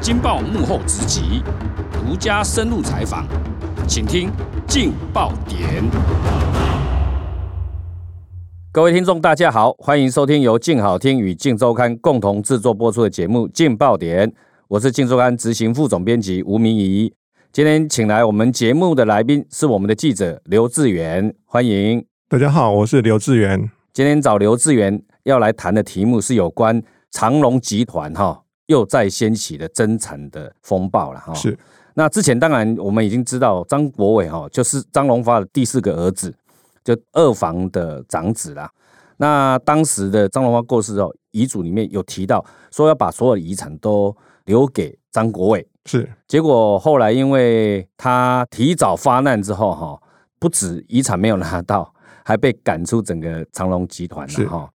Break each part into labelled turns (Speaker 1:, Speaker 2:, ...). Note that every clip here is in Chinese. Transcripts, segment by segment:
Speaker 1: 劲爆幕后直击，独家深入采访，请听《劲爆点》。
Speaker 2: 各位听众，大家好，欢迎收听由静好听与静周刊共同制作播出的节目《劲爆点》，我是静周刊执行副总编辑吴明仪。今天请来我们节目的来宾是我们的记者刘志远，欢迎。
Speaker 3: 大家好，我是刘志远。
Speaker 2: 今天找刘志远要来谈的题目是有关长隆集团哈、又再掀起了增产的风暴了哈、
Speaker 3: 是
Speaker 2: 那之前当然我们已经知道张国伟哈、就是张荣发的第四个儿子，就二房的长子啦。那当时的张荣发过世后，遗嘱里面有提到说要把所有的遗产都留给张国伟。
Speaker 3: 是
Speaker 2: 结果后来因为他提早发难之后，哈，不止遗产没有拿到，还被赶出整个长隆集团
Speaker 3: 是
Speaker 2: 了，哈。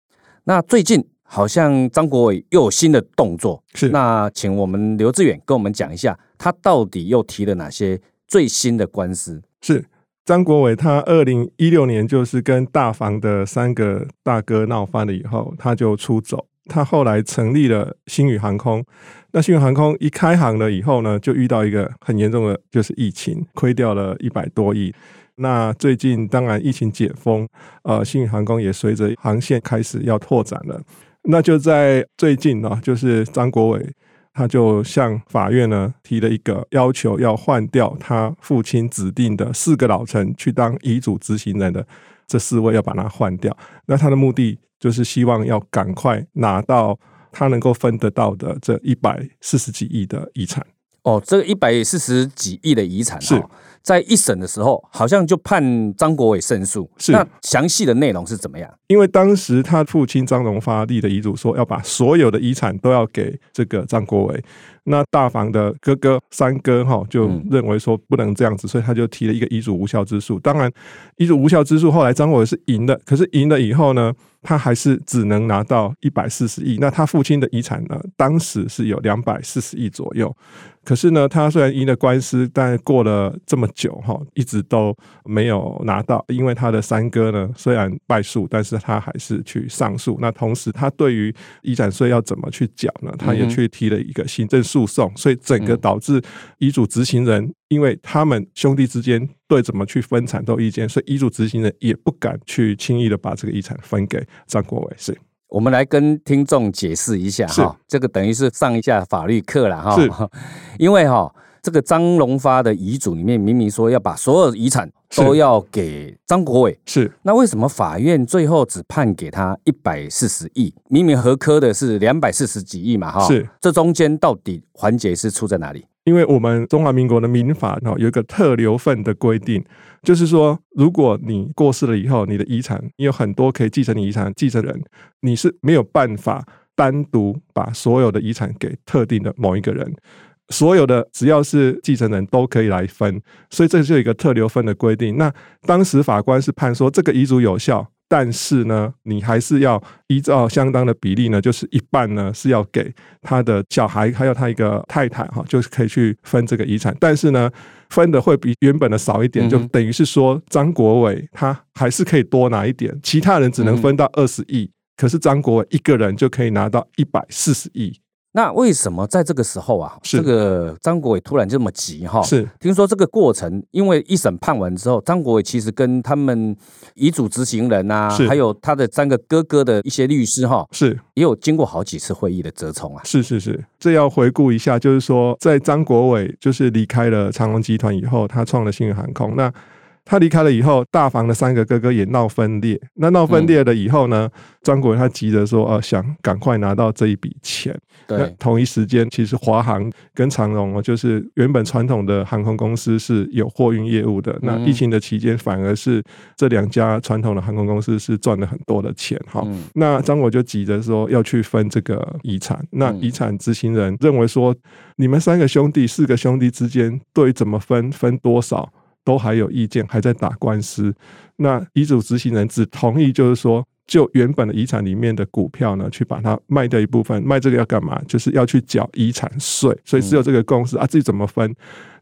Speaker 2: 那最近好像张国伟又有新的动作，
Speaker 3: 是
Speaker 2: 那请我们刘志远跟我们讲一下，他到底又提了哪些最新的官司？
Speaker 3: 是，张国伟他二零一六年就是跟大房的三个大哥闹翻了以后，他就出走。他后来成立了星宇航空，那星宇航空一开航了以后呢，就遇到一个很严重的就是疫情，亏掉了一百多亿。那最近当然疫情解封，呃，星宇航空也随着航线开始要拓展了。那就在最近呢、就是张国伟他就向法院呢提了一个要求，要换掉他父亲指定的四个老臣去当遗嘱执行人的这四位，要把他换掉。那他的目的就是希望要赶快拿到他能够分得到的这一百四十几亿的遗产。
Speaker 2: 哦，这个一百四十几亿的遗产、哦，
Speaker 3: 是
Speaker 2: 在一审的时候，好像就判张国伟胜诉。
Speaker 3: 是
Speaker 2: 那详细的内容是怎么样？
Speaker 3: 因为当时他父亲张荣发立的遗嘱说要把所有的遗产都要给这个张国伟，那大房的哥哥三哥哈就
Speaker 2: 嗯
Speaker 3: 认为说不能这样子，所以他就提了一个遗嘱无效之诉。当然，遗嘱无效之诉后来张国伟是赢的，可是赢了以后呢，他还是只能拿到一百四十亿。那他父亲的遗产呢，当时是有两百四十亿左右。可是呢，他虽然赢了官司，但过了这么久哈，一直都没有拿到，因为他的三哥呢虽然败诉，但是他还是去上诉。那同时，他对于遗产税要怎么去缴呢？他也
Speaker 2: 嗯哼
Speaker 3: 去提了一个行政诉讼，所以整个导致遗嘱执行人，因为他们兄弟之间对怎么去分产都有意见，所以遗嘱执行人也不敢去轻易的把这个遗产分给张国伟。是
Speaker 2: 我们来跟听众解释一下
Speaker 3: 是
Speaker 2: 哈，这个等于是上一下法律课了
Speaker 3: 是
Speaker 2: 哈， 因为哈这个张荣发的遗嘱里面明明说要把所有遗产
Speaker 3: 是
Speaker 2: 都要给张国伟，
Speaker 3: 是
Speaker 2: 那为什么法院最后只判给他一百四十亿？明明合科的是两百四十几亿嘛哈，
Speaker 3: 是
Speaker 2: 这中间到底环节是出在哪里？
Speaker 3: 因为我们中华民国的民法哦有一个特留份的规定，就是说，如果你过世了以后，你的遗产你有很多可以继承你遗产的继承人，你是没有办法单独把所有的遗产给特定的某一个人。所有的只要是继承人都可以来分，所以这就有一个特留分的规定。那当时法官是判说这个遗嘱有效，但是呢，你还是要依照相当的比例呢，就是一半呢是要给他的小孩还有他一个太太哈，就是可以去分这个遗产，但是呢，分的会比原本的少一
Speaker 2: 嗯
Speaker 3: 点，
Speaker 2: 哼
Speaker 3: 就等于是说张国伟他还是可以多拿一点，其他人只能分到二十亿，可是张国伟一个人就可以拿到一百四十亿，
Speaker 2: 那为什么在这个时候啊，
Speaker 3: 是
Speaker 2: 这个张国伟突然这么急哈？
Speaker 3: 是
Speaker 2: 听说这个过程，因为一审判完之后，张国伟其实跟他们遗嘱执行人啊，
Speaker 3: 是
Speaker 2: 还有他的三个哥哥的一些律师哈，
Speaker 3: 是
Speaker 2: 也有经过好几次会议的折冲啊。
Speaker 3: 是是是，这要回顾一下，就是说，在张国伟就是离开了长隆集团以后，他创了星宇航空。那他离开了以后，大房的三个哥哥也闹分裂。那闹分
Speaker 2: 嗯
Speaker 3: 裂了以后呢，张国伟他急着说，呃，想赶快拿到这一笔钱。那
Speaker 2: 对，
Speaker 3: 同一时间，其实华航跟长荣哦，就是原本传统的航空公司是有货运业务的，那
Speaker 2: 嗯
Speaker 3: 疫情的期间，反而是这两家传统的航空公司是赚了很多的钱哈。
Speaker 2: 嗯
Speaker 3: 那张国就急着说要去分这个遗产，那
Speaker 2: 嗯
Speaker 3: 遗产执行人认为说，你们三个兄弟、四个兄弟之间对于怎么分、分多少都还有意见，还在打官司。那遗嘱执行人只同意，就是说。就原本的遗产里面的股票呢，去把它卖掉一部分，卖这个要干嘛？就是要去缴遗产税，所以只有这个共识啊，自己怎么分，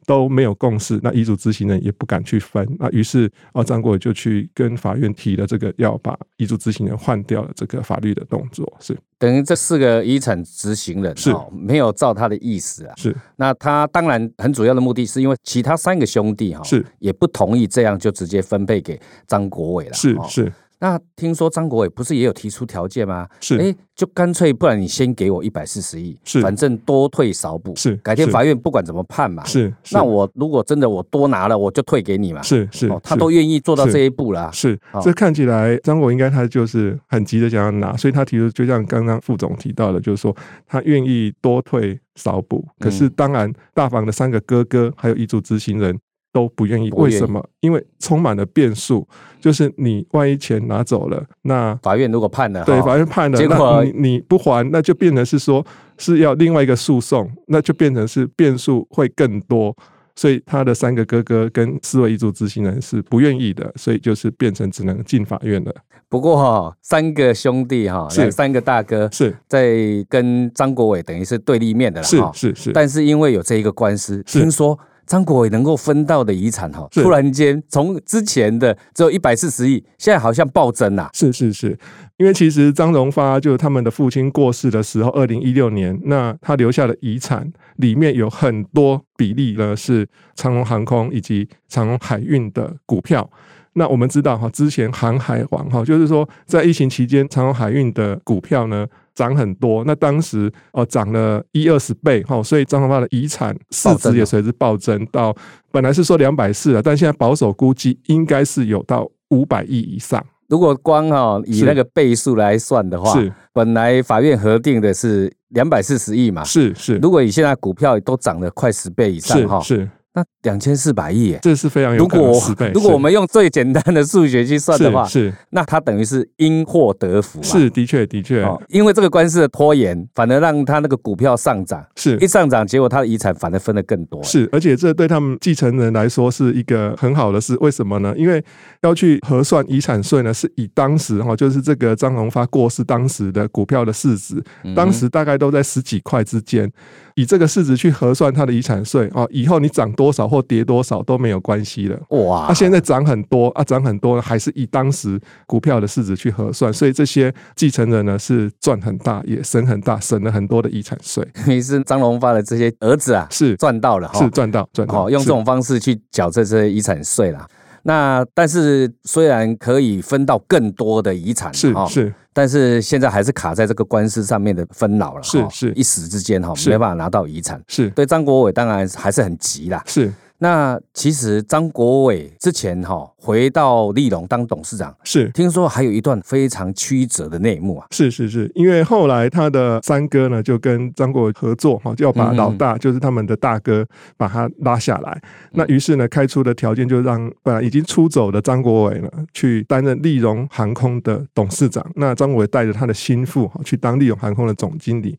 Speaker 3: 都没有共识，那遗嘱执行人也不敢去分，那于是啊，张国伟就去跟法院提了这个要把遗嘱执行人换掉了这个法律的动作，是
Speaker 2: 等于这四个遗产执行人
Speaker 3: 是
Speaker 2: 哦，没有照他的意思啊。
Speaker 3: 是
Speaker 2: 那他当然很主要的目的是因为其他三个兄弟哈、
Speaker 3: 是
Speaker 2: 也不同意这样就直接分配给张国伟了。
Speaker 3: 是
Speaker 2: 哦
Speaker 3: 是
Speaker 2: 那听说张国伟不是也有提出条件吗？
Speaker 3: 是
Speaker 2: 哎，就干脆不然你先给我一百四十亿，
Speaker 3: 是
Speaker 2: 反正多退少补，
Speaker 3: 是
Speaker 2: 改天
Speaker 3: 是
Speaker 2: 法院不管怎么判嘛。，
Speaker 3: 是，
Speaker 2: 那我如果真的我多拿了，我就退给你嘛。
Speaker 3: 是是
Speaker 2: 哦，他
Speaker 3: 是
Speaker 2: 都愿意做到
Speaker 3: 是
Speaker 2: 这一步啦。
Speaker 3: 是
Speaker 2: 好，
Speaker 3: 这看起来张国伟应该他就是很急的想要拿，所以他提出就像刚刚副总提到的，就是说他愿意多退少补。可
Speaker 2: 嗯
Speaker 3: 是当然，大房的三个哥哥还有遗嘱执行人都不愿意，
Speaker 2: 不
Speaker 3: 为
Speaker 2: 愿意
Speaker 3: 什么？因为充满了变数，就是你万一钱拿走了，那
Speaker 2: 法院如果判了，
Speaker 3: 对
Speaker 2: 哈
Speaker 3: 法院判了，
Speaker 2: 结果
Speaker 3: 那你你不还，那就变成是说是要另外一个诉讼，那就变成是变数会更多。所以他的三个哥哥跟四位遗嘱执行人是不愿意的，所以就是变成只能进法院了。
Speaker 2: 不过哈、三个兄弟哈、
Speaker 3: 是
Speaker 2: 有三个大哥
Speaker 3: 是
Speaker 2: 在跟张国伟等于是对立面的啦。
Speaker 3: 是
Speaker 2: 哈
Speaker 3: 是是，
Speaker 2: 但是因为有这一个官司，
Speaker 3: 是
Speaker 2: 听说张国伟能够分到的遗产哈、
Speaker 3: 是
Speaker 2: 突然间从之前的只有一百四十亿，现在好像暴增啊啦、
Speaker 3: 是是是，因为其实张荣发就是他们的父亲过世的时候，二零一六年，那他留下的遗产里面有很多比例呢是长荣航空以及长荣海运的股票。那我们知道哈，之前航海王哈，就是说在疫情期间，长荣海运的股票呢涨很多，那当时哦涨了一二十倍哈，所以张荣发的遗产市
Speaker 2: 暴增
Speaker 3: 值也
Speaker 2: 了
Speaker 3: 随之暴增到本来是说两百四啊，但现在保守估计应该是有到五百亿以上。
Speaker 2: 如果光哈、以
Speaker 3: 是
Speaker 2: 那个倍数来算的话，
Speaker 3: 是
Speaker 2: 本来法院核定的是两百四十亿嘛，
Speaker 3: 是是，
Speaker 2: 啊如果以现在股票都涨了快十倍以上
Speaker 3: 是
Speaker 2: 哈、
Speaker 3: 是，
Speaker 2: 那两千四百亿耶。
Speaker 3: 这是非常有
Speaker 2: 如
Speaker 3: 可
Speaker 2: 果
Speaker 3: 能
Speaker 2: 我
Speaker 3: 十倍。
Speaker 2: 如果
Speaker 3: 是
Speaker 2: 我们用最简单的数学去算的话，
Speaker 3: 是
Speaker 2: 那他等于是因祸得福嘛。
Speaker 3: 是是，的确的确
Speaker 2: 哦，因为这个官司的拖延，反而让他那个股票上涨，
Speaker 3: 是
Speaker 2: 一上涨，结果他的遗产反而分得更多。
Speaker 3: 是，而且这对他们继承人来说是一个很好的事。为什么呢？因为要去核算遗产税呢，是以当时哈，就是这个张荣发过世当时的股票的市值，
Speaker 2: 嗯
Speaker 3: 当时大概都在十几块之间，以这个市值去核算他的遗产税哦，以后你涨多少或跌多少都没有关系了。
Speaker 2: 哇，
Speaker 3: 啊，现在涨很多啊，涨很多还是以当时股票的市值去核算，所以这些继承人呢是赚很大，也省很大，省了很多的遗产税，
Speaker 2: 于是张荣发的这些儿子啊，
Speaker 3: 是
Speaker 2: 赚到了哈
Speaker 3: 是，赚到赚到。
Speaker 2: 哦，用这
Speaker 3: 是
Speaker 2: 种方式去缴这些遗产税啦。那但是虽然可以分到更多的遗产，
Speaker 3: 是
Speaker 2: 哦
Speaker 3: 是
Speaker 2: 但是现在还是卡在这个官司上面的纷扰了，
Speaker 3: 是
Speaker 2: 哦
Speaker 3: 是
Speaker 2: 一时之间哈，
Speaker 3: 是
Speaker 2: 没办法拿到遗产。
Speaker 3: 是
Speaker 2: 对张国伟当然还是很急啦，
Speaker 3: 是
Speaker 2: 那其实张国伟之前哈、回到立隆当董事长，
Speaker 3: 是
Speaker 2: 听说还有一段非常曲折的内幕啊。
Speaker 3: 是是是，因为后来他的三哥呢就跟张国伟合作哈，就要把
Speaker 2: 嗯
Speaker 3: 老大、就是他们的大哥把他拉下来。那于是呢，开出的条件就让本来已经出走的张国伟呢去担任利荣航空的董事长。那张国伟带着他的心腹哈去当利荣航空的总经理。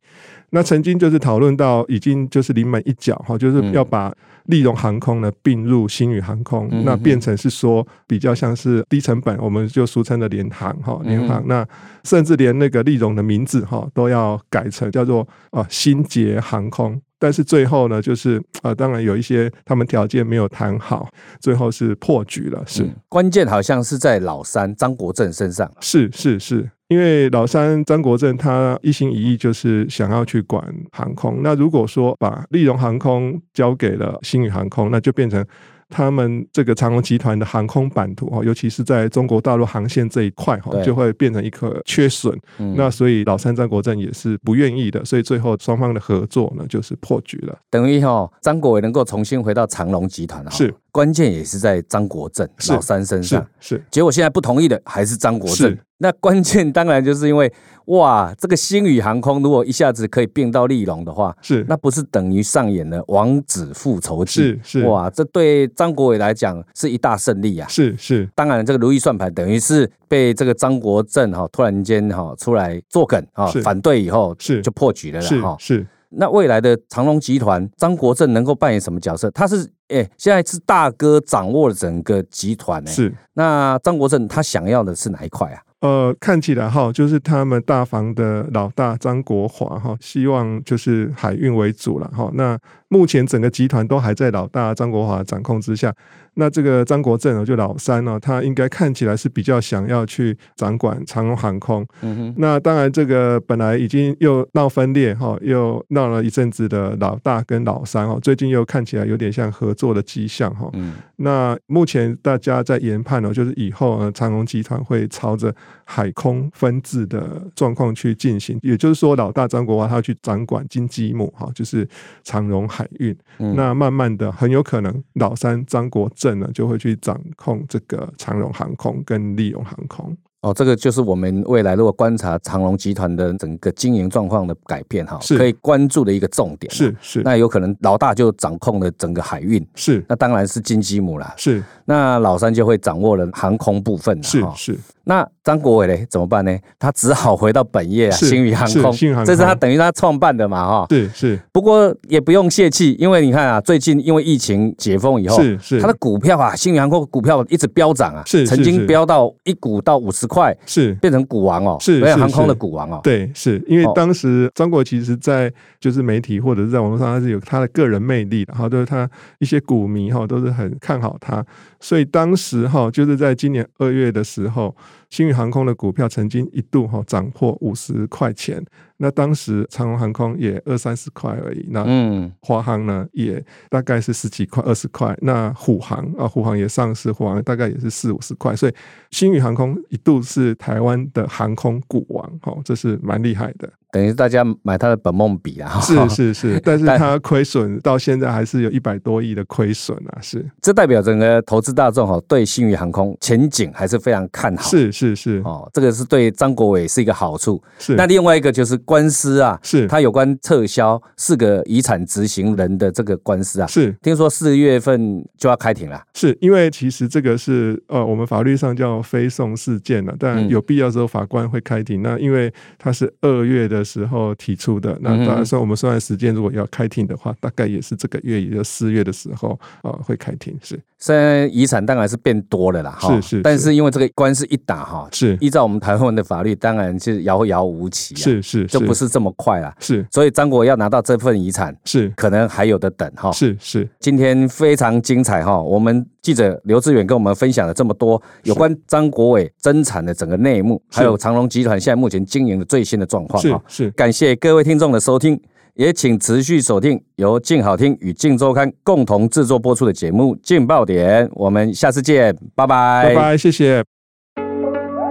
Speaker 3: 那曾经就是讨论到已经就是临门一脚哈，就是要把利荣航空呢并入新宇航空，
Speaker 2: 嗯
Speaker 3: 那变成是说比较像是低成本，我们就俗称的联航哈，
Speaker 2: 嗯
Speaker 3: 联航、那甚至连那个利荣的名字哈都要改成叫做啊新捷航空。但是最后呢，就是啊、呃当然有一些他们条件没有谈好，最后是破局了，是。
Speaker 2: 嗯关键好像是在老三张国正身上。
Speaker 3: 是是是，因为老三张国正他一心一意就是想要去管航空。那如果说把利荣航空交给了新宇航空，那就变成他们这个长荣集团的航空版图哦，尤其是在中国大陆航线这一块哈
Speaker 2: 对，
Speaker 3: 就会变成一个缺损。
Speaker 2: 嗯
Speaker 3: 那所以老三张国正也是不愿意的，所以最后双方的合作呢就是破局了。
Speaker 2: 等于哈、张国伟能够重新回到长隆集团哈、啊
Speaker 3: 是
Speaker 2: 关键也是在张国正
Speaker 3: 是
Speaker 2: 老三身
Speaker 3: 是
Speaker 2: 上。
Speaker 3: 是
Speaker 2: 结果现在不同意的还是张国正
Speaker 3: 是。
Speaker 2: 那关键当然就是因为哇，这个星宇航空如果一下子可以并到立隆的话，
Speaker 3: 是
Speaker 2: 那不是等于上演了王子复仇记？
Speaker 3: 是是
Speaker 2: 哇，这对张国伟来讲是一大胜利啊！
Speaker 3: 是是
Speaker 2: 当然，这个如意算盘等于是被这个张国正哈、突然间哈、出来作梗哈、
Speaker 3: 是
Speaker 2: 反对以后
Speaker 3: 是
Speaker 2: 就破局了啦
Speaker 3: 是
Speaker 2: 哈、
Speaker 3: 是
Speaker 2: 那未来的长隆集团张国正能够扮演什么角色？他是哎现在是大哥掌握了整个集团哎、
Speaker 3: 是。
Speaker 2: 那张国正他想要的是哪一块啊？
Speaker 3: 呃，看起来哈，就是他们大房的老大张国华哈，希望就是海运为主了哈。那目前整个集团都还在老大张国华掌控之下。那这个张国正哦，就老三哦，他应该看起来是比较想要去掌管长荣航空。
Speaker 2: 嗯哼，
Speaker 3: 那当然，这个本来已经又闹分裂哈，又闹了一阵子的老大跟老三哦，最近又看起来有点像合作的迹象哈。
Speaker 2: 嗯，
Speaker 3: 那目前大家在研判哦，就是以后呃长荣集团会朝着海空分治的状况去进行，也就是说，老大张国华他要去掌管金鸡母哈，就是长荣海运。
Speaker 2: 嗯
Speaker 3: 那慢慢的，很有可能老三张国正呢就会去掌控这个长荣航空跟利荣航空。
Speaker 2: 哦，这个就是我们未来如果观察长隆集团的整个经营状况的改变哈，
Speaker 3: 是
Speaker 2: 可以关注的一个重点。啊
Speaker 3: 是，是
Speaker 2: 那有可能老大就掌控了整个海运，
Speaker 3: 是
Speaker 2: 那当然是金鸡母啦。
Speaker 3: 是
Speaker 2: 那老三就会掌握了航空部分了
Speaker 3: 是
Speaker 2: 哈
Speaker 3: 是
Speaker 2: 那张国伟嘞怎么办呢？他只好回到本业啊，
Speaker 3: 是
Speaker 2: 星宇航空，
Speaker 3: 是星宇航空
Speaker 2: 这是他等于他创办的嘛哈。
Speaker 3: 是是
Speaker 2: 不过也不用泄气，因为你看啊，最近因为疫情解封以后，
Speaker 3: 是是
Speaker 2: 它的股票啊，星宇航空股票一直飙涨啊，
Speaker 3: 是是
Speaker 2: 曾经
Speaker 3: 是
Speaker 2: 飙到一股到五十块，
Speaker 3: 是
Speaker 2: 变成股王哦，
Speaker 3: 是
Speaker 2: 北
Speaker 3: 是
Speaker 2: 航空
Speaker 3: 是
Speaker 2: 的股王哦。
Speaker 3: 对，是因为
Speaker 2: 哦
Speaker 3: 当时张国其实，在就是媒体或者是在网络上，他是有他的个人魅力的，然后就是他一些股迷哈都是很看好他，所以当时哈就是在今年二月的时候，新宇航空的股票曾经一度哈涨破五十块钱，那当时长荣航空也二三十块而已，那
Speaker 2: 嗯，
Speaker 3: 华航呢也大概是十几块、二十块，那虎航啊，虎航也上市，虎航大概也是四五十块，所以新宇航空一度是台湾的航空股王，哦，这是蛮厉害的，
Speaker 2: 等于大家买它的本梦比啊，
Speaker 3: 是是是，但是
Speaker 2: 但
Speaker 3: 它亏损到现在还是有一百多亿的亏损啊，是
Speaker 2: 这代表整个投资大众哦，对星宇航空前景还是非常看好。
Speaker 3: 是是是
Speaker 2: 哦，这个是对张国伟是一个好处。
Speaker 3: 是，
Speaker 2: 那另外一个就是官司啊，
Speaker 3: 是
Speaker 2: 他有关撤销四个遗产执行人的这个官司啊，
Speaker 3: 是
Speaker 2: 听说四月份就要开庭了。
Speaker 3: 是因为其实这个是呃，我们法律上叫非讼事件了，但
Speaker 2: 嗯
Speaker 3: 有必要的时候法官会开庭。那因为它是二月的时候提出的，那
Speaker 2: 嗯
Speaker 3: 当然算我们算时间，如果要开庭的话，大概也是这个月，也就四月的时候啊、呃会开庭。是
Speaker 2: 虽然遗产当然是变多了啦，哈
Speaker 3: 是是
Speaker 2: 但是因为这个官司一打哈，
Speaker 3: 是
Speaker 2: 依照我们台湾的法律，当然是遥遥无期、啊，
Speaker 3: 是是，
Speaker 2: 就不是这么快啦。
Speaker 3: 是
Speaker 2: 所以张国伟要拿到这份遗产，
Speaker 3: 是
Speaker 2: 可能还有的等哈。
Speaker 3: 是是
Speaker 2: 今天非常精彩哈，我们记者刘志远跟我们分享了这么多有关张国伟增产的整个内幕，
Speaker 3: 是
Speaker 2: 还有长隆集团现在目前经营的最新的状况
Speaker 3: 是
Speaker 2: 哈。
Speaker 3: 是，
Speaker 2: 感谢各位听众的收听，也请持续锁定由静好听与静周刊共同制作播出的节目《劲爆点》，我们下次见，拜拜，
Speaker 3: 拜拜，谢谢。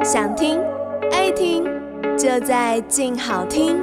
Speaker 4: 想听爱听，就在静好听。